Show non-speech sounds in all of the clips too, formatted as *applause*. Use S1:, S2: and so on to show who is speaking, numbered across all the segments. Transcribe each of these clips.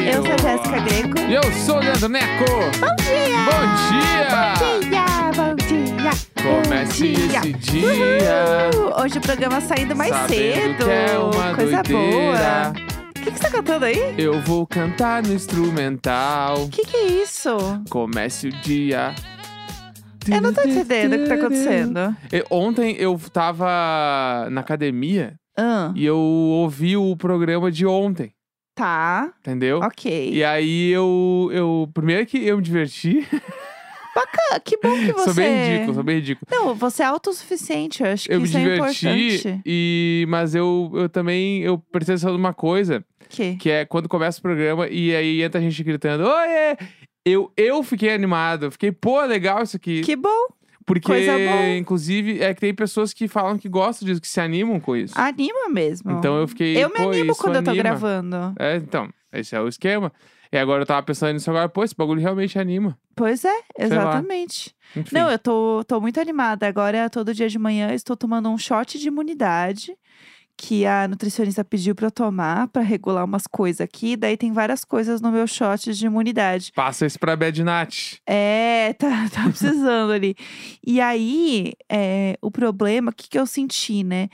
S1: Jéssica Greco.
S2: E eu sou o Leandro Neco.
S1: Bom dia!
S2: Bom dia!
S1: Bom dia! Bom
S2: Comece
S1: dia!
S2: esse dia.
S1: Uhul! Uh, Hoje o programa tá saindo mais
S2: sabendo
S1: cedo.
S2: que é uma
S1: Coisa
S2: doideira.
S1: boa. O que, que você tá cantando aí?
S2: Eu vou cantar no instrumental.
S1: O que, que é isso?
S2: Comece o dia.
S1: Eu não tô entendendo o que tá acontecendo.
S2: E Ontem eu tava na academia
S1: Ah,
S2: e eu ouvi o programa de ontem,
S1: tá,
S2: entendeu?
S1: ok.
S2: E aí eu, eu. Primeiro que eu me diverti.
S1: Ah, que bom que você.
S2: *laughs* sou bem ridículo, sou bem ridículo.
S1: Não, você é autossuficiente, eu acho que
S2: eu me
S1: isso é
S2: diverti,
S1: importante.
S2: e, mas eu, eu também eu prestei atenção numa coisa,
S1: Que?
S2: que é quando começa o programa e aí entra a gente gritando, oiê! Eu, eu fiquei animado, eu fiquei, pô, legal isso aqui.
S1: que bom,
S2: porque,
S1: coisa boa.
S2: inclusive, é que tem pessoas que falam que gostam disso, que se animam com isso.
S1: anima mesmo.
S2: então eu fiquei.
S1: Ah, eu me
S2: pô,
S1: animo
S2: isso
S1: quando eu tô
S2: anima.
S1: gravando.
S2: É, então, esse é o esquema. E agora eu tava pensando nisso agora, pô, esse bagulho realmente anima.
S1: Pois é,
S2: lá.
S1: exatamente.
S2: Enfim.
S1: Não, eu tô, tô muito animada. Agora, todo dia de manhã, eu estou tomando um shot de imunidade que a nutricionista pediu pra eu tomar pra regular umas coisas aqui. Daí tem várias coisas no meu shot de imunidade.
S2: Passa isso pra Bad Nat.
S1: É, *laughs* tá, tá precisando ali. E aí, é, o problema, o que, que eu senti, né?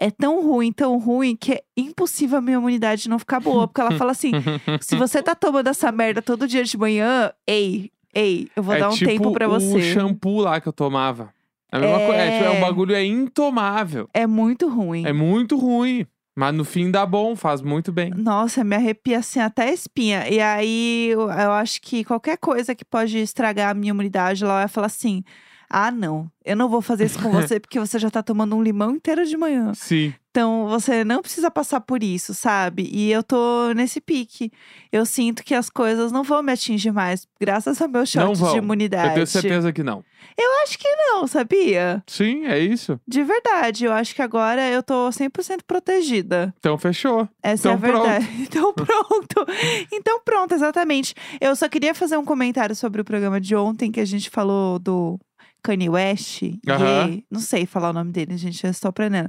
S1: É tão ruim, tão ruim, que é impossível a minha imunidade não ficar boa. Porque ela
S2: *laughs*
S1: fala assim: se você tá tomando essa merda todo dia de manhã, ei, ei, eu vou
S2: é
S1: dar um
S2: tipo
S1: tempo pra
S2: o
S1: você.
S2: shampoo lá que eu tomava. É a mesma
S1: É.
S2: coisa. É, tipo, é um bagulho é intomável.
S1: É muito ruim.
S2: É muito ruim. Mas no fim dá bom, faz muito bem.
S1: Nossa, me arrepia assim até a espinha. E aí eu, eu acho que qualquer coisa que pode estragar a minha imunidade, ela vai falar assim: ah, não, eu não vou fazer isso
S2: *laughs*
S1: com você porque você já tá tomando um limão inteiro de manhã.
S2: Sim.
S1: Então você não precisa passar por isso, sabe? E eu tô nesse pique. Eu sinto que as coisas não vão me atingir mais, graças ao meu shot
S2: Não vão.
S1: de
S2: Eu
S1: imunidade.
S2: Eu tenho certeza que não.
S1: Eu acho que não, sabia?
S2: Sim, é isso.
S1: De verdade, eu acho que agora eu tô 100% protegida.
S2: Então fechou.
S1: Essa é a
S2: Então, pronto.
S1: verdade. *laughs* Então pronto. Então pronto, exatamente. Eu só queria fazer um comentário sobre o programa de ontem que a gente falou do Kanye West.
S2: Aham.
S1: Ye. Não sei falar o nome dele, gente, eu estou aprendendo.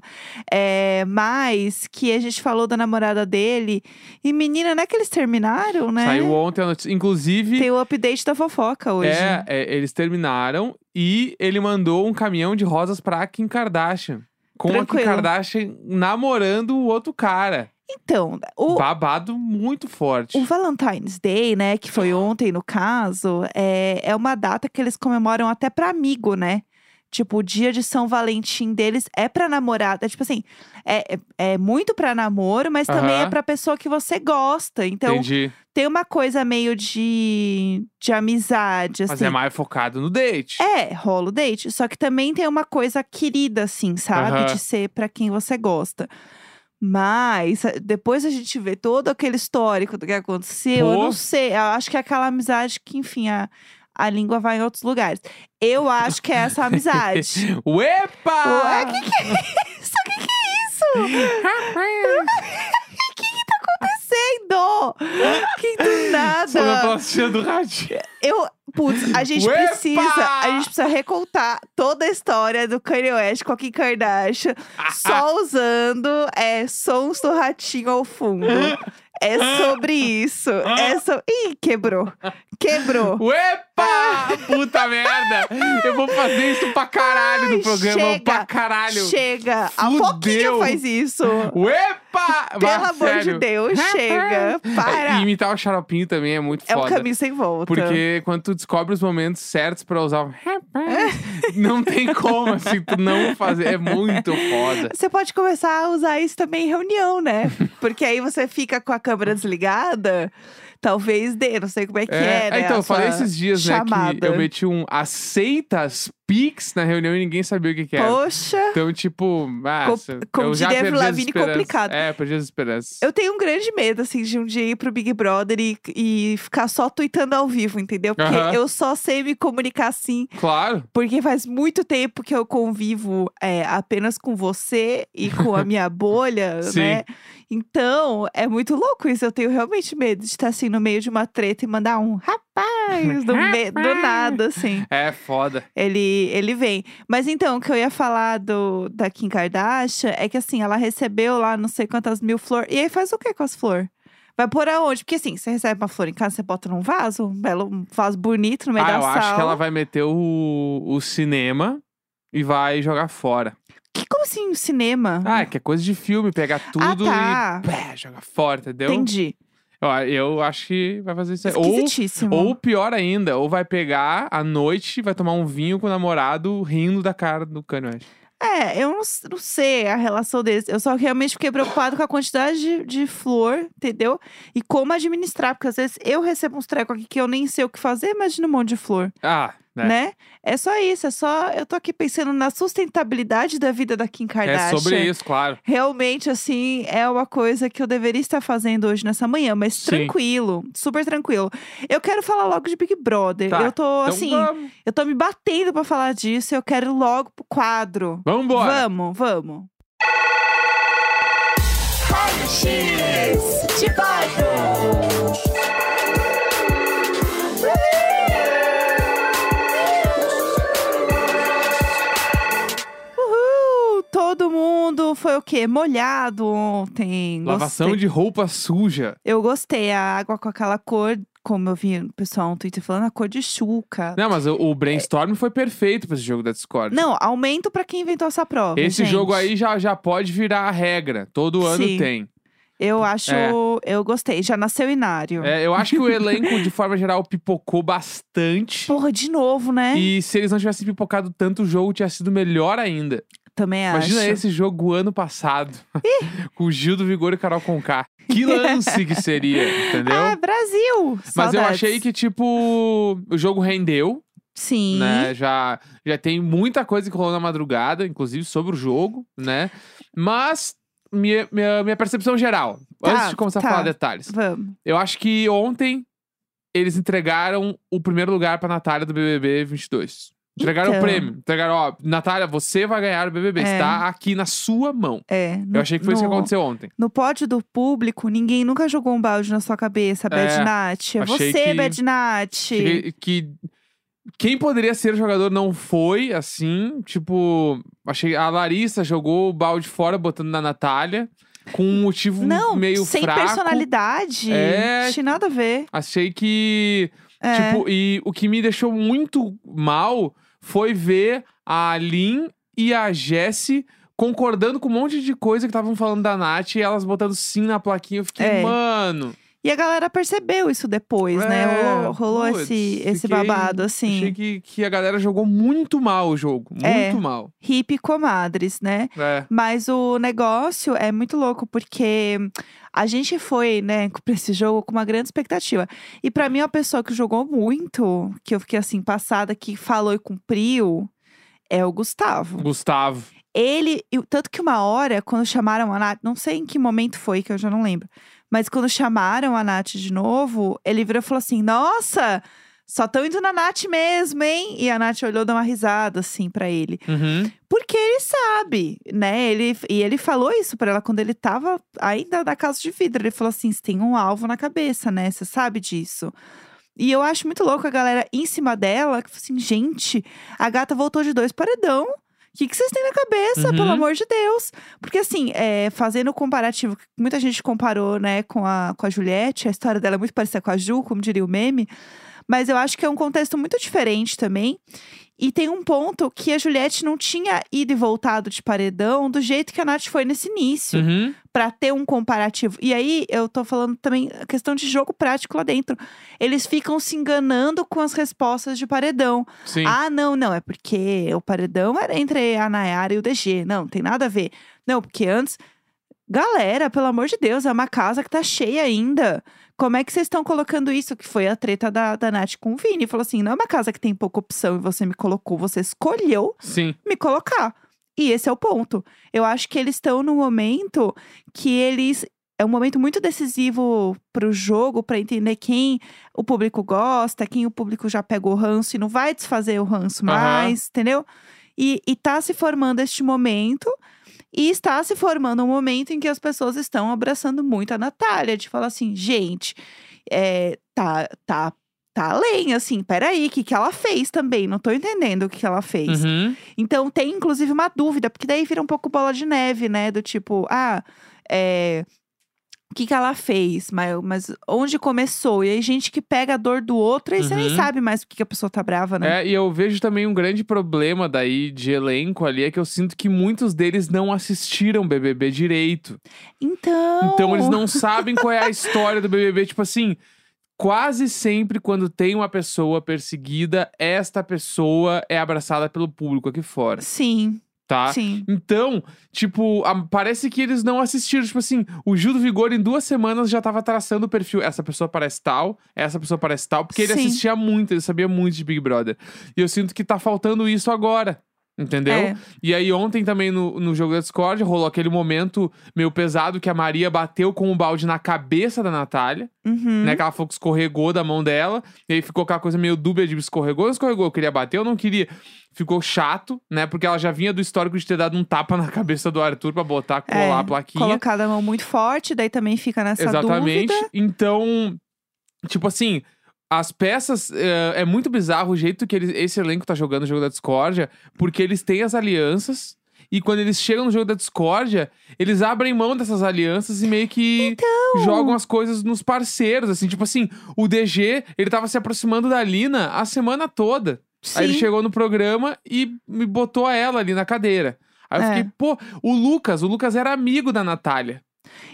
S1: É, mas que a gente falou da namorada dele. E menina, não é que eles terminaram, né?
S2: Saiu ontem a notícia. Inclusive,
S1: Tem o update da fofoca hoje.
S2: é, é, eles terminaram e ele mandou um caminhão de rosas pra Kim Kardashian. Com a
S1: Tranquilo.
S2: Kim Kardashian namorando o outro cara.
S1: Então, o,
S2: Babado muito forte.
S1: O Valentine's Day, né, que
S2: Ah.
S1: foi ontem no caso, é, é uma data que eles comemoram até pra amigo, né? Tipo, o dia de São Valentim deles é pra namorada. Tipo assim, é, é- é muito pra namoro, mas também é
S2: Aham.
S1: pra pessoa que você gosta. Então,
S2: Entendi.
S1: tem uma coisa meio de, de amizade,
S2: Mas
S1: assim.
S2: é mais focado no date.
S1: É, rola o date. Só que também tem uma coisa querida, assim, sabe?
S2: Aham.
S1: De ser pra quem você gosta. Mas eh, depois a gente vê todo aquele histórico do que aconteceu. Eu
S2: Pô.
S1: não sei. Eu acho que é aquela amizade que, enfim, a, a língua vai em outros lugares. Eu acho que é essa
S2: *laughs*
S1: amizade.
S2: Uepa!
S1: É. Ué,
S2: *laughs*
S1: que que é isso? Que que é isso?
S2: *laughs*
S1: Sendo! Que do nada!
S2: Sonoplastia do ratinho.
S1: Eu, putz, a gente
S2: Uepa!
S1: precisa, a gente precisa recontar toda a história do Kanye West com a Kim Kardashian,
S2: Ah,
S1: só usando é, sons do ratinho ao fundo. É sobre isso.
S2: Ah.
S1: É so... Ih, quebrou. Quebrou.
S2: Uepa! Puta merda! Eu vou fazer isso pra caralho
S1: Ai,
S2: no programa. é um
S1: chega,
S2: pra caralho.
S1: Chega. A
S2: Fudeu.
S1: pouquinho faz isso.
S2: Uepa!
S1: Pelo
S2: Bah,
S1: amor de
S2: sério.
S1: Deus,
S2: *laughs*
S1: chega.
S2: E
S1: Para.
S2: imitar o xaropinho também é muito
S1: É um
S2: foda.
S1: caminho sem volta.
S2: Porque quando tu descobre os momentos certos pra usar o *laughs* não tem como, assim, tu não fazer. É muito foda.
S1: Você pode começar a usar isso também em reunião,
S2: *laughs*
S1: né? Porque aí você fica com a câmera desligada, talvez dê, não sei como é que é, né?
S2: então,
S1: a
S2: eu falei
S1: sua
S2: esses dias,
S1: chamada.
S2: né, que eu meti um aceita as pics na reunião e ninguém sabia o que, que era.
S1: Poxa,
S2: Então, tipo, ah,
S1: Com-
S2: se-
S1: com
S2: eu já
S1: diria
S2: perdi as
S1: Lavigne,
S2: esperanças.
S1: complicado.
S2: É, perdi as esperanças.
S1: eu tenho um grande medo, assim, de um dia ir pro Big Brother e, e ficar só tweetando ao vivo, entendeu? Porque
S2: Aham.
S1: eu só sei me comunicar assim,
S2: Claro.
S1: porque faz muito tempo que eu convivo é, apenas com você e com
S2: *laughs*
S1: a minha bolha,
S2: Sim.
S1: né? Então, é muito louco isso. Eu tenho realmente medo de estar assim no meio de uma treta e mandar um rapaz do,
S2: *laughs*
S1: me- do nada, assim.
S2: É foda.
S1: Ele, ele vem. Mas então, o que eu ia falar do, da Kim Kardashian é que assim, ela recebeu lá não sei quantas mil flores. E aí faz o que com as flores? Vai pôr aonde? Porque assim, você recebe uma flor em casa, você bota num vaso, um belo um vaso bonito no meio
S2: ah,
S1: da
S2: eu
S1: sala.
S2: acho que ela vai meter o, o cinema e vai jogar fora.
S1: Que como assim, um cinema?
S2: Ah, é que é coisa de filme, pegar tudo
S1: tá.
S2: e pé, joga fora, entendeu?
S1: Entendi.
S2: Eu, eu acho que vai fazer isso aí. Ou,
S1: Esquisitíssimo.
S2: ou pior ainda, ou vai pegar à noite, vai tomar um vinho com o namorado, rindo da cara do Kanye West.
S1: É, eu não, s- não sei a relação deles. Eu só realmente fiquei preocupado com a quantidade de, de flor, entendeu? E como administrar, porque às vezes eu recebo uns trecos aqui que eu nem sei o que fazer, imagina um monte de flor,
S2: Ah, né?
S1: né? É só isso, é só. Eu tô aqui pensando na sustentabilidade da vida da Kim
S2: É
S1: Kardashian.
S2: sobre isso, claro.
S1: Realmente, assim, é uma coisa que eu deveria estar fazendo hoje nessa manhã, mas
S2: Sim.
S1: tranquilo, super tranquilo. Eu quero falar logo de Big Brother.
S2: Tá,
S1: Eu tô,
S2: Então
S1: assim,
S2: vamos,
S1: eu tô me batendo pra falar disso, eu quero ir logo pro quadro.
S2: vambora.
S1: Vamos, vamos. Uhul! Todo mundo foi o quê? Molhado ontem.
S2: Lavação
S1: Gostei.
S2: de roupa suja.
S1: Eu gostei. A água com aquela cor, como eu vi o pessoal no Twitter falando, a cor de chuca.
S2: Não, mas o, o brainstorm foi perfeito pra esse jogo da Discord.
S1: Não, aumento pra quem inventou essa prova.
S2: Esse
S1: gente.
S2: jogo aí já, já pode virar a regra. Todo ano
S1: Sim.
S2: tem.
S1: Eu acho.
S2: É.
S1: Eu gostei. Já nasceu Inário.
S2: É, eu acho que o elenco, de forma geral, pipocou bastante.
S1: Porra, de novo, né?
S2: E se eles não tivessem pipocado tanto, o jogo tinha sido melhor ainda.
S1: Também
S2: Imagina
S1: acho.
S2: esse jogo ano passado. *laughs* com o Gil do Vigor e Carol Conká. Que lance que seria,
S1: *laughs*
S2: entendeu?
S1: Ah, Brasil!
S2: Mas eu
S1: Saudades.
S2: achei que, tipo, o jogo rendeu,
S1: Sim.
S2: né? Já, já tem muita coisa que rolou na madrugada, inclusive sobre o jogo, né? Mas minha, minha, minha percepção geral,
S1: Tá,
S2: antes de começar
S1: tá.
S2: a falar detalhes.
S1: Vamos.
S2: Eu acho que ontem eles entregaram o primeiro lugar pra Natália do BBB 22. Entregaram
S1: Então.
S2: o prêmio. Entregaram, ó, Natália, você vai ganhar o BBB.
S1: É.
S2: Está aqui na sua mão.
S1: É.
S2: Eu achei que foi isso que
S1: no-
S2: aconteceu ontem.
S1: No pódio do público, ninguém nunca jogou um balde na sua cabeça, Bad
S2: É,
S1: Nath. É
S2: achei
S1: você,
S2: que-
S1: Bad Nath.
S2: Que, que- quem poderia ser o jogador não foi, assim. Tipo, achei a Larissa jogou o balde fora, botando na Natália, com um motivo
S1: Não,
S2: meio
S1: sem
S2: fraco.
S1: personalidade.
S2: É.
S1: Tinha nada a ver.
S2: Achei que.
S1: É.
S2: Tipo, e o que me deixou muito mal foi ver a Lin e a Jessie concordando com um monte de coisa que estavam falando da Nath e elas botando sim na plaquinha. Eu fiquei,
S1: É.
S2: mano.
S1: E a galera percebeu isso depois, né?
S2: É,
S1: Rolou, rolou
S2: putz,
S1: esse, esse
S2: fiquei-
S1: babado, assim.
S2: Achei que, que a galera jogou muito mal o jogo. Muito
S1: É.
S2: mal.
S1: Hip comadres, né?
S2: É.
S1: Mas o negócio é muito louco, porque a gente foi, né, pra esse jogo com uma grande expectativa. E pra mim, é uma pessoa que jogou muito, que eu fiquei assim, passada, que falou e cumpriu, é o Gustavo.
S2: Gustavo.
S1: Ele, e o- tanto que uma hora, quando chamaram a Nath, não sei em que momento foi, que eu já não lembro, mas quando chamaram a Nath de novo, ele virou e falou assim: Nossa, só estão indo na Nath mesmo, hein? E a Nath olhou, deu uma risada assim pra ele.
S2: Uhum.
S1: Porque ele sabe, né? Ele, e ele falou isso pra ela quando ele tava ainda na casa de vidro. Ele falou assim: Você tem um alvo na cabeça, né? Você sabe disso. E eu acho muito louco a galera em cima dela, que falou assim: gente, a gata voltou de dois paredão. O que que vocês têm na cabeça,
S2: Uhum.
S1: pelo amor de Deus? Porque, assim, é, fazendo o comparativo, que muita gente comparou, né, com a, com a Juliette, a história dela é muito parecida com a Ju, como diria o meme. Mas eu acho que é um contexto muito diferente também. E tem um ponto que a Juliette não tinha ido e voltado de paredão do jeito que a Nath foi nesse início
S2: Uhum.
S1: pra ter um comparativo. E aí eu tô falando também a questão de jogo prático lá dentro. Eles ficam se enganando com as respostas de paredão.
S2: Sim.
S1: Ah, não, não, é porque o paredão era entre a Nayara e o DG. Não, tem nada a ver. Não, porque antes Galera, pelo amor de Deus, é uma casa que tá cheia ainda. Como é que vocês estão colocando isso? Que foi a treta da, da Nath com o Vini. Falou assim: não é uma casa que tem pouca opção e você me colocou, você escolheu
S2: Sim.
S1: *laughs* me colocar. E esse é o ponto. Eu acho que eles estão num momento que eles. É um momento muito decisivo pro jogo, pra entender quem o público gosta, quem o público já pega o ranço e não vai desfazer o ranço
S2: Aham.
S1: mais, entendeu? E, e tá se formando este momento. E está se formando um momento em que as pessoas estão abraçando muito a Natália, de falar assim, gente, é, tá, tá, tá além, assim, peraí, o que, que ela fez também? Não tô entendendo o que, que ela fez.
S2: Uhum.
S1: Então tem, inclusive, uma dúvida, porque daí vira um pouco bola de neve, né? Do tipo, ah, é, o que, que ela fez, mas, mas onde começou. E aí, gente que pega a dor do outro, aí você nem
S2: Uhum.
S1: sabe mais por que que a pessoa tá brava, né?
S2: É, e eu vejo também um grande problema daí de elenco ali, é que eu sinto que muitos deles não assistiram BBB direito.
S1: Então.
S2: Então eles
S1: *laughs*
S2: não sabem qual é a história do BBB. Tipo assim, quase sempre quando tem uma pessoa perseguida, esta pessoa é abraçada pelo público aqui fora,
S1: Sim,
S2: tá?
S1: sim.
S2: Então, tipo, a- parece que eles não assistiram. Tipo assim, o Gil do Vigor em duas semanas já tava traçando o perfil. Essa pessoa parece tal, essa pessoa parece tal, porque ele
S1: Sim.
S2: assistia muito, ele sabia muito de Big Brother. E eu sinto que tá faltando isso agora. Entendeu?
S1: É.
S2: E aí, ontem também no, no jogo da Discord rolou aquele momento meio pesado que a Maria bateu com o balde na cabeça da Natália,
S1: Uhum.
S2: né? Que ela falou que escorregou da mão dela. E aí ficou aquela coisa meio dúbia de escorregou, não escorregou, queria bater, eu não queria. Ficou chato, né? Porque ela já vinha do histórico de ter dado um tapa na *laughs* cabeça do Arthur pra botar, colar
S1: É,
S2: a plaquinha.
S1: Colocada a mão muito forte, daí também fica nessa
S2: Exatamente.
S1: dúvida.
S2: Então, tipo assim, as peças. eh, é muito bizarro o jeito que eles, esse elenco tá jogando o jogo da discórdia, porque eles têm as alianças. E quando eles chegam no jogo da discórdia, eles abrem mão dessas alianças e meio que
S1: Então!
S2: jogam as coisas nos parceiros. Assim, tipo assim, o DG, ele tava se aproximando da Lina a semana toda.
S1: Sim.
S2: Aí ele chegou no programa e me botou ela ali na cadeira. Aí eu
S1: É.
S2: fiquei, pô, o Lucas, o Lucas era amigo da Natália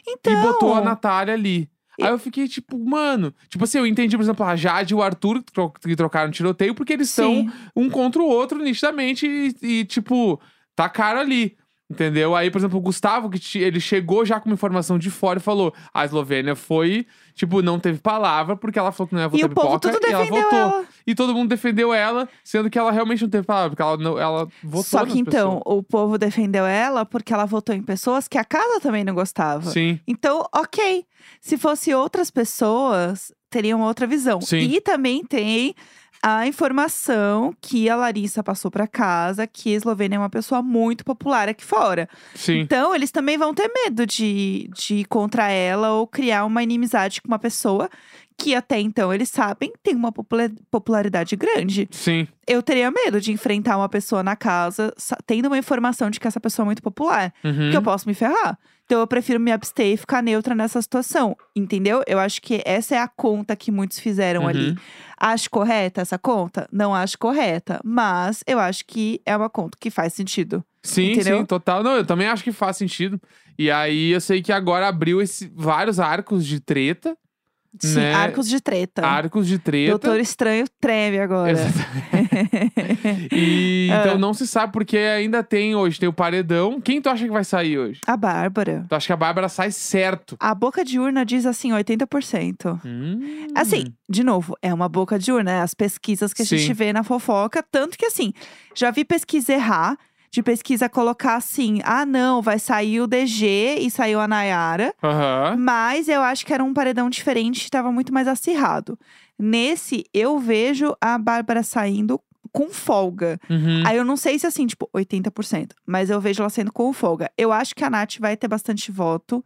S1: então,
S2: e botou a Natália ali.
S1: E-
S2: Aí eu fiquei tipo, mano. Tipo assim, eu entendi, por exemplo, a Jade e o Arthur que tro- que trocaram tiroteio, porque eles estão
S1: Sim.
S2: um contra o outro, nitidamente, e, e, tipo, tá caro ali. Entendeu? Aí, por exemplo, o Gustavo, que ti- ele chegou já com uma informação de fora e falou: a Eslovênia foi, tipo, não teve palavra, porque ela falou que não ia
S1: E
S2: votar
S1: o povo
S2: pipoca
S1: tudo
S2: e ela
S1: defendeu
S2: votou.
S1: ela.
S2: E todo mundo defendeu ela, sendo que ela realmente não teve palavra, porque ela, não, ela votou
S1: Só
S2: nas
S1: que então, o povo defendeu ela porque ela votou em pessoas que a casa também não gostava.
S2: pessoas. Sim.
S1: Então, ok. Se fosse outras pessoas, teriam outra visão.
S2: Sim.
S1: E também tem a informação que a Larissa passou pra casa que a Eslovênia é uma pessoa muito popular aqui fora.
S2: Sim.
S1: Então, eles também vão ter medo de, de ir contra ela ou criar uma inimizade com uma pessoa que até então eles sabem tem uma popula- popularidade grande.
S2: Sim.
S1: Eu teria medo de enfrentar uma pessoa na casa sa- tendo uma informação de que essa pessoa é muito popular
S2: Uhum.
S1: porque eu posso me ferrar. Então eu prefiro me abster e ficar neutra nessa situação, entendeu? Eu acho que essa é a conta que muitos fizeram ali.
S2: Uhum.
S1: Acho correta essa conta? Não acho correta, mas eu acho que é uma conta que faz sentido.
S2: Sim,
S1: Entendeu?
S2: sim, total. Não, eu também acho que faz sentido. E aí eu sei que agora abriu esse, vários arcos de treta.
S1: Sim,
S2: Né?
S1: arcos de treta.
S2: Arcos de treta.
S1: Tá. Doutor Estranho treme agora.
S2: Exatamente. e
S1: Ah.
S2: então não se sabe porque ainda tem hoje, tem o paredão. Quem tu acha que vai sair hoje?
S1: *laughs* A Bárbara.
S2: Tu acha que a Bárbara sai certo?
S1: A boca de urna diz assim 80%.
S2: Hum.
S1: Assim, de novo, é uma boca de urna, né? As pesquisas que a
S2: Sim.
S1: gente vê na fofoca. Tanto que, assim, já vi pesquisa errar, de pesquisa colocar assim: ah, não, vai sair o DG e saiu a Nayara.
S2: Aham.
S1: Mas eu acho que era um paredão diferente, tava muito mais acirrado. Nesse, eu vejo a Bárbara saindo com folga.
S2: Uhum.
S1: Aí eu não sei se assim, tipo, 80%, mas eu vejo ela saindo com folga. Eu acho que a Nath vai ter bastante voto,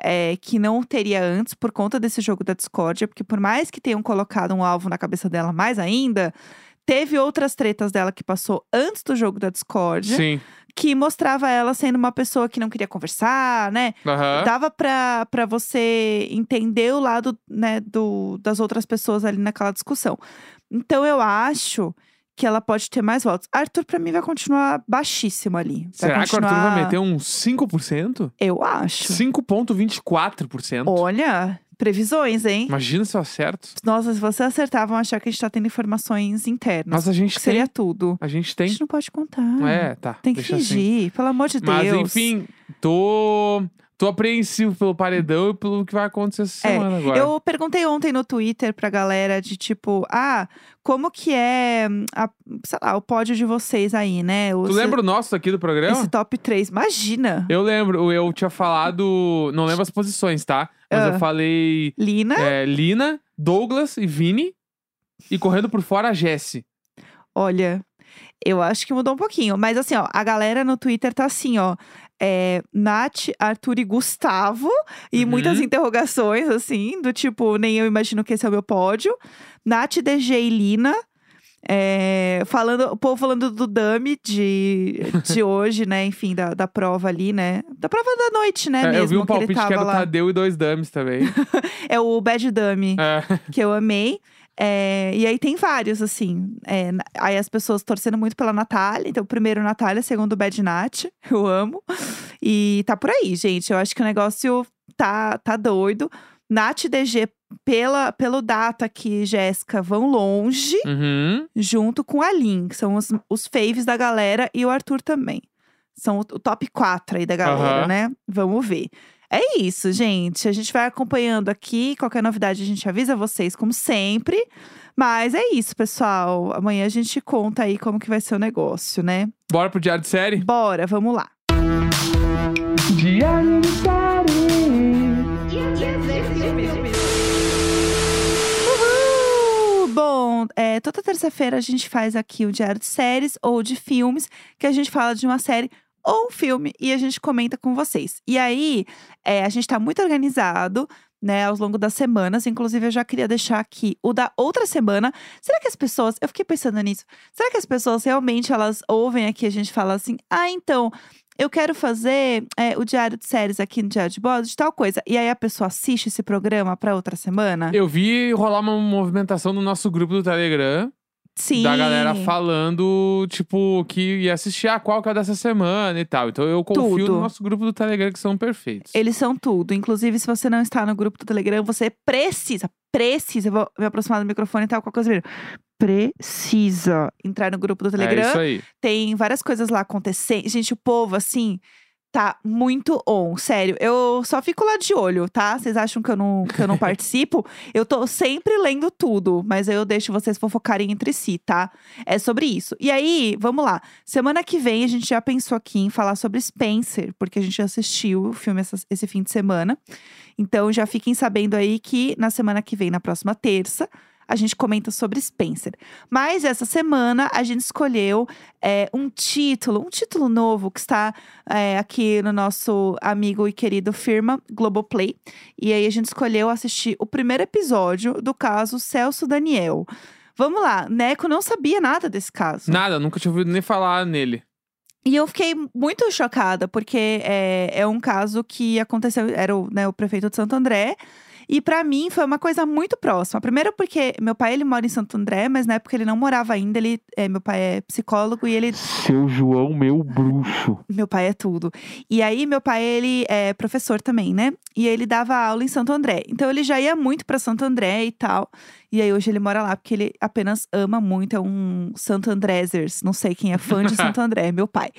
S1: é, que não teria antes, por conta desse jogo da discórdia, porque por mais que tenham colocado um alvo na cabeça dela mais ainda, teve outras tretas dela que passou antes do jogo da discórdia,
S2: Sim.
S1: que mostrava ela sendo uma pessoa que não queria conversar, né?
S2: Aham.
S1: Dava pra, pra você entender o lado né, do, das outras pessoas ali naquela discussão. Então eu acho que ela pode ter mais votos. Arthur, pra mim, vai continuar baixíssimo ali. Vai
S2: Será que o
S1: continuar...
S2: Arthur vai meter um 5%?
S1: Eu acho.
S2: 5,24%.
S1: Olha, previsões, hein?
S2: Imagina se eu acerto.
S1: Nossa, se você acertar, vão achar que a gente tá tendo informações internas.
S2: Mas a gente
S1: que
S2: tem.
S1: seria tudo.
S2: A gente
S1: A
S2: tem.
S1: gente não pode contar.
S2: É, tá.
S1: Tem que
S2: deixa assim.
S1: fingir, pelo amor de
S2: Mas
S1: Deus.
S2: enfim, tô, tô apreensivo pelo paredão e pelo que vai acontecer essa
S1: É,
S2: semana agora.
S1: Eu perguntei ontem no Twitter pra galera de tipo, ah, como que é hum, a- sei lá, o pódio de vocês aí, né? O-
S2: Tu
S1: esse-
S2: lembra o nosso aqui do programa?
S1: Esse top 3, imagina!
S2: Eu lembro, eu tinha falado. Não lembro as posições, tá? Mas
S1: Ah.
S2: eu falei
S1: Lina,
S2: é, Lina, Douglas e Vini. E correndo por fora a Jessie.
S1: olha, eu acho que mudou um pouquinho. Mas assim, ó, a galera no Twitter tá assim, ó. É, Nath, Arthur e Gustavo, e
S2: Uhum.
S1: muitas interrogações, assim, do tipo, nem eu imagino que esse é o meu pódio. Nath, DG e Lina. É, falando, o povo falando do dummy de,
S2: *laughs*
S1: de hoje, né? Enfim, da, da prova ali, né? Da prova da noite, né?
S2: É,
S1: mesmo,
S2: eu vi um
S1: que ele
S2: palpite que,
S1: tava
S2: era o
S1: lá.
S2: Tadeu e dois dummies
S1: *laughs*
S2: também.
S1: É o Bad Dummy,
S2: É.
S1: *laughs* que eu amei. É, e aí tem vários, assim. É, na- aí as pessoas torcendo muito pela Natália. Então, primeiro Natália, segundo Bad Nat. *laughs* Eu amo. E tá por aí, gente. Eu acho que o negócio tá, tá doido. Nath e DG, pela, pelo data que Jéssica vão longe
S2: Uhum.
S1: junto com a Lin, que são os, os faves da galera, e o Arthur também. São o, o top 4 aí da galera,
S2: Aham.
S1: né? Vamos ver. É isso, gente. A gente vai acompanhando aqui. Qualquer novidade a gente avisa vocês, como sempre. Mas é isso, pessoal. Amanhã a gente conta aí como que vai ser o negócio, né?
S2: Bora pro diário de série?
S1: Bora, vamos lá.
S2: Diário de série.
S1: Uhul! Bom, é, toda terça-feira a gente faz aqui o diário de séries ou de filmes, que a gente fala de uma série ou um filme e a gente comenta com vocês. E aí, é, a gente tá muito organizado, né, ao longo das semanas. Inclusive, eu já queria deixar aqui o da outra semana. Será que as pessoas, eu fiquei pensando nisso, será que as pessoas realmente elas ouvem aqui a gente falar assim, ah, então. Eu quero fazer é, o diário de séries aqui no Diário de Bordo, de tal coisa. E aí a pessoa assiste esse programa pra outra semana?
S2: Eu vi rolar uma movimentação no nosso grupo do Telegram.
S1: Sim.
S2: Da galera falando, tipo, que ia assistir a qual que é o dessa semana e tal. Então eu confio
S1: Tudo.
S2: no nosso grupo do Telegram, que são perfeitos.
S1: Eles são tudo. Inclusive, se você não está no grupo do Telegram, você precisa, precisa. Eu vou me aproximar do microfone e tal, qualquer coisa. mesmo. Precisa entrar no grupo do
S2: É
S1: Telegram.
S2: isso aí.
S1: Tem várias coisas lá acontecendo. Gente, o povo, assim, tá muito on. Sério, eu só fico lá de olho, tá? Vocês acham que eu não,
S2: *laughs*
S1: que eu não participo? Eu tô sempre lendo tudo, mas aí eu deixo vocês fofocarem entre si, tá? É sobre isso. E aí, vamos lá. Semana que vem a gente já pensou aqui em falar sobre Spencer, porque a gente assistiu o filme essa- esse fim de semana. Então já fiquem sabendo aí que na semana que vem, na próxima terça, a gente comenta sobre Spencer. Mas essa semana a gente escolheu é, um título, um título novo que está é, aqui no nosso amigo e querido firma Globoplay. E aí a gente escolheu assistir o primeiro episódio do caso Celso Daniel. Vamos lá, Neco não sabia nada desse caso.
S2: Nada, nunca tinha ouvido nem falar nele.
S1: E eu fiquei muito chocada, porque é, é um caso que aconteceu, era o, né, o prefeito de Santo André. E pra mim foi uma coisa muito próxima. Primeiro porque meu pai ele mora em Santo André, mas na época ele não morava ainda. Ele, é, meu pai é psicólogo e ele
S2: Seu João, meu bruxo.
S1: meu pai é tudo. E aí, meu pai, ele é professor também, né? E ele dava aula em Santo André. Então, ele já ia muito pra Santo André e tal. E aí, hoje ele mora lá, porque ele apenas ama muito. É um Santo Andrézers. Não sei quem é fã de Santo André, é meu pai.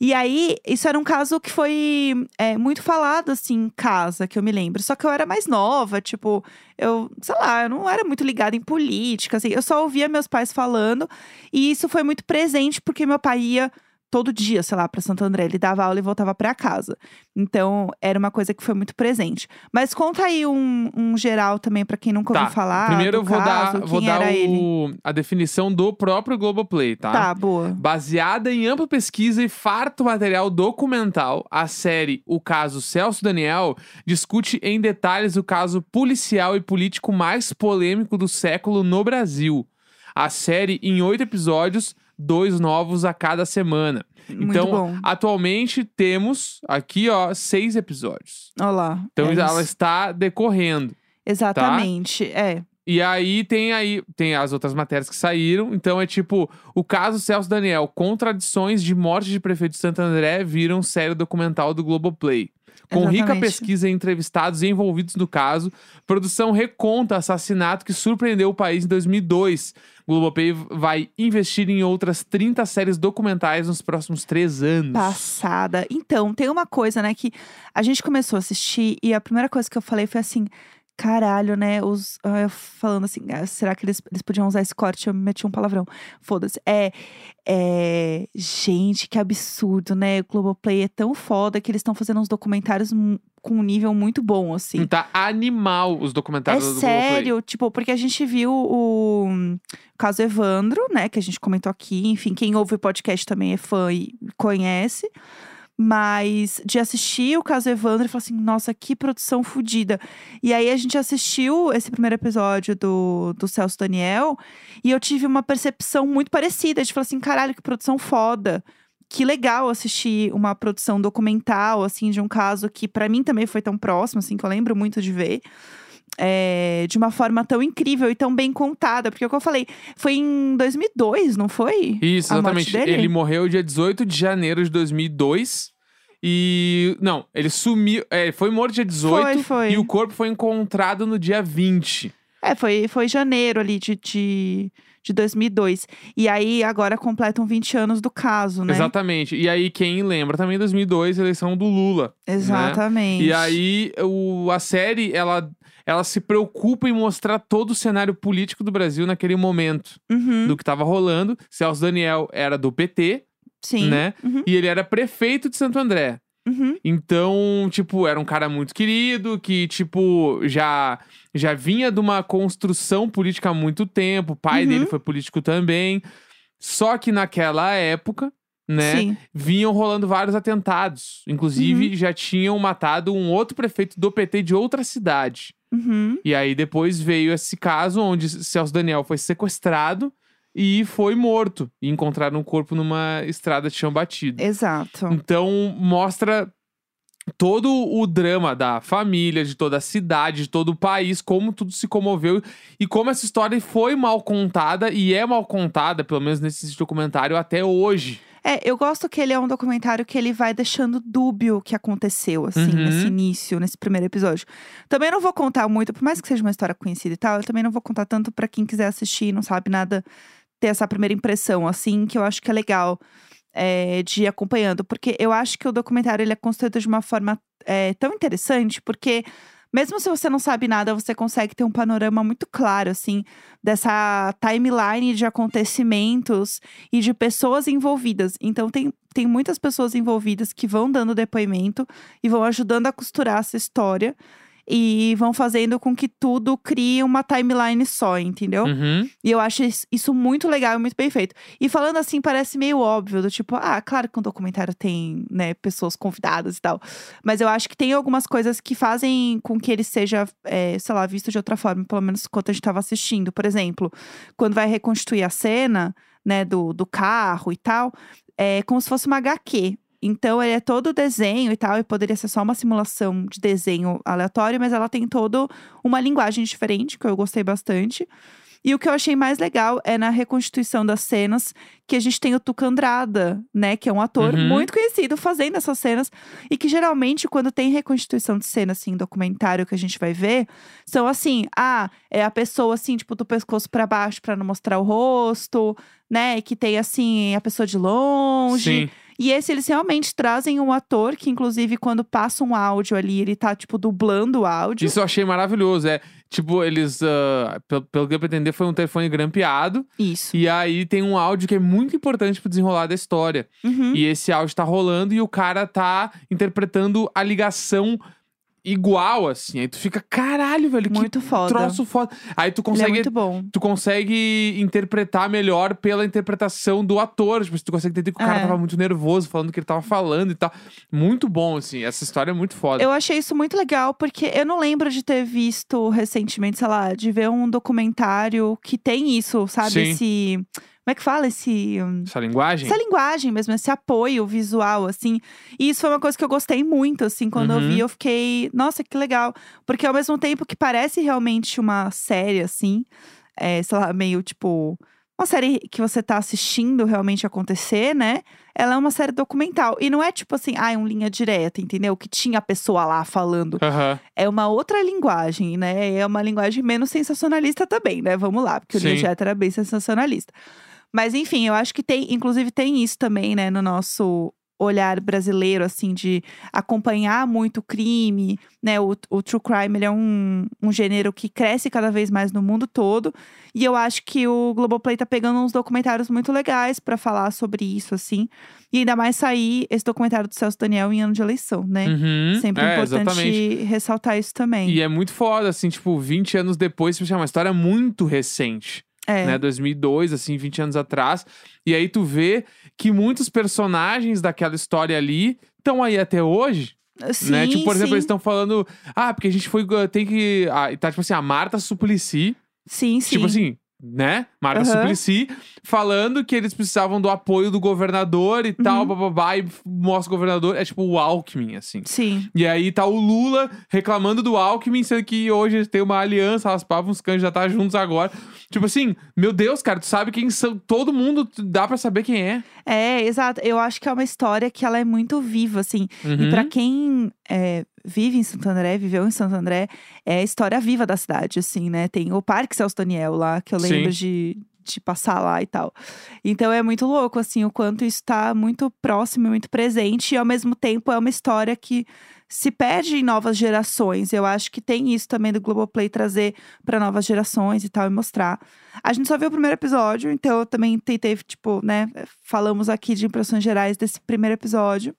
S1: E aí, isso era um caso que foi é, muito falado, assim, em casa, que eu me lembro. Só que eu era mais nova, tipo, eu, sei lá, eu não era muito ligada em política, assim. Eu só ouvia meus pais falando. E isso foi muito presente, porque meu pai ia todo dia, sei lá, para Santo André. Ele dava aula e voltava para casa. Então, era uma coisa que foi muito presente. Mas conta aí um, um geral também para quem nunca
S2: Tá,
S1: ouviu falar.
S2: primeiro eu
S1: do
S2: vou
S1: caso,
S2: dar,
S1: quem
S2: vou dar
S1: era ele.
S2: o, a definição do próprio Globoplay, tá?
S1: Tá, boa.
S2: Baseada em ampla pesquisa e farto material documental, a série O Caso Celso Daniel discute em detalhes o caso policial e político mais polêmico do século no Brasil. A série, em oito episódios, dois novos a cada semana.
S1: muito
S2: então,
S1: bom.
S2: Atualmente temos aqui, ó, seis episódios.
S1: Olha lá.
S2: Então tá.
S1: é
S2: ela
S1: isso.
S2: está decorrendo.
S1: Exatamente, é.
S2: E aí tem aí tem as outras matérias que saíram. Então é tipo o caso Celso Daniel, contradições de morte de prefeito de Santo André viram série documental do Globoplay. Com rica
S1: Exatamente.
S2: pesquisa em entrevistados e envolvidos no caso, produção reconta assassinato que surpreendeu o país em 2002. Globoplay vai investir em outras 30 séries documentais nos próximos três anos.
S1: Passada. Então, tem uma coisa, né, que a gente começou a assistir e a primeira coisa que eu falei foi assim. Caralho, né? Os, ah, eu falando assim, ah, será que eles, eles podiam usar esse corte? Eu meti um palavrão. Foda-se. É, é. Gente, que absurdo, né? O Globoplay é tão foda que eles estão fazendo uns documentários mu- com um nível muito bom, assim.
S2: Tá animal os
S1: É
S2: documentários do Globoplay.
S1: sério, tipo, porque a gente viu o hum, caso Evandro, né, que a gente comentou aqui, enfim, quem ouve o podcast também é fã e conhece. Mas de assistir o caso Evandro e falar assim, nossa, que produção fodida. E aí a gente assistiu esse primeiro episódio do, do Celso Daniel e eu tive uma percepção muito parecida. De falar assim, caralho, que produção foda. Que legal assistir uma produção documental, assim, de um caso que para mim também foi tão próximo, assim, que eu lembro muito de ver. é, de uma forma tão incrível e tão bem contada. Porque é o que eu falei, foi em 2002, não foi?
S2: Isso,
S1: A morte
S2: exatamente.
S1: dele?
S2: Ele morreu dia 18 de janeiro de 2002. E. Não, ele sumiu. É, foi morto dia 18.
S1: Foi, foi.
S2: E o corpo foi encontrado no dia 20.
S1: É, foi, foi janeiro ali de, de, de 2002. E aí agora completam 20 anos do caso, né?
S2: Exatamente. E aí, quem lembra também, 2002, eleição do Lula.
S1: Exatamente.
S2: né? E aí, o, a série, ela, ela se preocupa em mostrar todo o cenário político do Brasil naquele momento,
S1: Uhum,
S2: do que tava rolando. Celso Daniel era do PT,
S1: sim.
S2: né?
S1: Uhum,
S2: E ele era prefeito de Santo André.
S1: uhum,
S2: Então, tipo, era um cara muito querido, que, tipo, já, já vinha de uma construção política há muito tempo. O pai
S1: Uhum.
S2: dele foi político também. Só que naquela época, né,
S1: Sim. Uhum.
S2: vinham rolando vários atentados. Inclusive, já tinham matado um outro prefeito do PT de outra cidade.
S1: Uhum,
S2: E aí depois veio esse caso onde Celso Daniel foi sequestrado e foi morto. E encontraram o corpo numa estrada de chão batido.
S1: exato.
S2: Então mostra todo o drama da família, de toda a cidade, de todo o país, como tudo se comoveu e como essa história foi mal contada e é mal contada, pelo menos nesse documentário até hoje.
S1: É, eu gosto que ele é um documentário que ele vai deixando dúbio o que aconteceu, assim,
S2: Uhum.
S1: nesse início, nesse primeiro episódio. Também não vou contar muito, por mais que seja uma história conhecida e tal, eu também não vou contar tanto pra quem quiser assistir e não sabe nada, ter essa primeira impressão, assim, que eu acho que é legal é, de ir acompanhando. Porque eu acho que o documentário ele é construído de uma forma é, tão interessante, porque. Mesmo se você não sabe nada, você consegue ter um panorama muito claro, assim, dessa timeline de acontecimentos e de pessoas envolvidas. Então, tem, tem muitas pessoas envolvidas que vão dando depoimento e vão ajudando a costurar essa história e vão fazendo com que tudo crie uma timeline só, entendeu?
S2: Uhum.
S1: E eu acho is- isso muito legal e muito bem feito. E falando assim, parece meio óbvio, do tipo, ah, claro que um documentário tem, né, pessoas convidadas e tal. Mas eu acho que tem algumas coisas que fazem com que ele seja, é, sei lá, visto de outra forma, pelo menos quando a gente tava assistindo. Por exemplo, quando vai reconstituir a cena, né, do, do carro e tal, é como se fosse uma HQ. Então, ele é todo desenho e tal, e poderia ser só uma simulação de desenho aleatório, mas ela tem toda uma linguagem diferente, que eu gostei bastante. E o que eu achei mais legal é na reconstituição das cenas que a gente tem o Tuca Andrada, né? Que é um ator
S2: Uhum.
S1: muito conhecido fazendo essas cenas. E que geralmente, quando tem reconstituição de cena, assim, em documentário que a gente vai ver, são assim: ah, é a pessoa, assim, tipo, do pescoço pra baixo pra não mostrar o rosto, né? Que tem, assim, a pessoa de longe.
S2: Sim.
S1: E esse eles realmente trazem um ator que, inclusive, quando passa um áudio ali, ele tá, tipo, dublando o áudio.
S2: Isso eu achei maravilhoso. É tipo, eles, ah, pelo, pelo que eu pretender, foi um telefone grampeado.
S1: Isso.
S2: E aí tem um áudio que é muito importante pro desenrolar da história.
S1: Uhum.
S2: E esse áudio tá rolando e o cara tá interpretando a ligação igual, assim. Aí tu fica, caralho, velho, que
S1: Muito foda.
S2: troço foda. Aí tu
S1: Ele é
S2: consegue.
S1: muito bom.
S2: Tu consegue interpretar melhor pela interpretação do ator. Tipo, se tu consegue entender que o cara
S1: É.
S2: tava muito nervoso, falando o que ele tava falando e tal. Muito bom, assim. Essa história é muito foda.
S1: Eu achei isso muito legal, porque eu não lembro de ter visto recentemente, sei lá, de ver um documentário que tem isso, sabe?
S2: Sim.
S1: Esse. Como é que fala? Esse. hum,
S2: Essa linguagem.
S1: Essa linguagem mesmo, esse apoio visual, assim. E isso foi uma coisa que eu gostei muito, assim, quando eu vi, eu fiquei, nossa, que legal. Porque ao mesmo tempo que parece realmente uma série, assim, é, sei lá, meio tipo. Uma série que você tá assistindo realmente acontecer, né? Ela é uma série documental. E não é tipo assim, ah, é um linha direta, entendeu? Que tinha a pessoa lá falando.
S2: Aham.
S1: É uma outra linguagem, né? É uma linguagem menos sensacionalista também, né? Vamos lá, porque o
S2: Sim.
S1: Linha Direta era bem sensacionalista. Mas enfim, eu acho que tem, inclusive tem isso também, né, no nosso olhar brasileiro, assim, de acompanhar muito o crime, né? O, o true crime, ele é um, um gênero que cresce cada vez mais no mundo todo. E eu acho que o Globoplay tá pegando uns documentários muito legais pra falar sobre isso, assim. E ainda mais sair esse documentário do Celso Daniel em ano de eleição, né?
S2: Uhum.
S1: Sempre
S2: é,
S1: importante
S2: exatamente.
S1: ressaltar isso também.
S2: E é muito foda, assim, tipo, 20 anos depois, tipo, é uma história muito recente.
S1: É.
S2: né? 2002, assim, 20 anos atrás. E aí tu vê que muitos personagens daquela história ali estão aí até hoje,
S1: Sim,
S2: né? Tipo, por exemplo,
S1: sim,
S2: eles estão falando, ah, porque a gente foi, tem que, ah, e tá tipo assim, a Marta Suplicy,
S1: sim, sim.
S2: tipo assim, né? Marta
S1: Aham.
S2: Suplicy falando que eles precisavam do apoio do governador e tal,
S1: Uhum.
S2: bababá, e mostra o governador, é tipo o Alckmin, assim.
S1: Sim.
S2: E aí tá o Lula reclamando do Alckmin, sendo que hoje eles têm uma aliança, raspavam os cães, já tá juntos agora. Tipo assim, meu Deus, cara, tu sabe quem são. Todo mundo tu- dá pra saber quem é.
S1: É, exato. Eu acho que é uma história que ela é muito viva, assim.
S2: Uhum.
S1: E pra quem é, vive em Santo André, viveu em Santo André, é a história viva da cidade, assim, né? Tem o Parque Celso Daniel lá, que eu
S2: Sim.
S1: lembro de, de passar lá e tal. Então é muito louco, assim, o quanto isso tá muito próximo e muito presente. E ao mesmo tempo é uma história que se perde em novas gerações. Eu acho que tem isso também do Globoplay trazer pra novas gerações e tal, e mostrar. A gente só viu o primeiro episódio, então eu também tentei, tipo, né? Falamos aqui de impressões gerais desse primeiro episódio.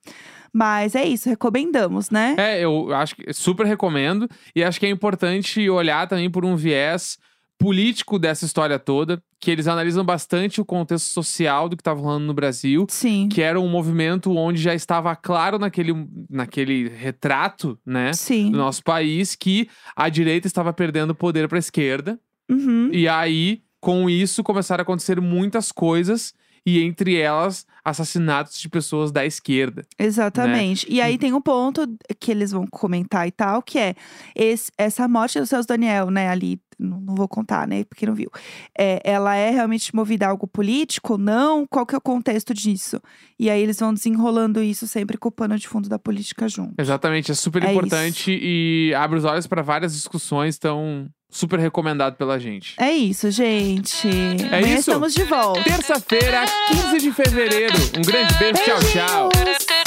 S1: Mas é isso, recomendamos, né?
S2: É, eu acho que super recomendo. E acho que é importante olhar também por um viés político dessa história toda, que eles analisam bastante o contexto social do que tava rolando no Brasil.
S1: Sim.
S2: Que era um movimento onde já estava claro naquele, naquele retrato, né?
S1: Sim.
S2: do nosso país que a direita estava perdendo poder para a esquerda.
S1: Uhum.
S2: E aí, com isso, começaram a acontecer muitas coisas. E entre elas, assassinatos de pessoas da esquerda.
S1: Exatamente. E
S2: Hum.
S1: aí tem um ponto que eles vão comentar e tal, que é esse- essa morte do Celso Daniel, né, ali, não, não vou contar, né, porque não viu. É, ela é realmente movida a algo político? Não? Qual que é o contexto disso? E aí eles vão desenrolando isso sempre com o pano de fundo da política junto.
S2: Exatamente, é super
S1: É isso.
S2: importante e abre os olhos para várias discussões, então super recomendado pela gente.
S1: É isso, gente. É Amanhã
S2: isso.
S1: estamos de volta.
S2: Terça-feira, 15 de fevereiro. Um grande beijo, tchau, tchau.
S1: Beijinhos.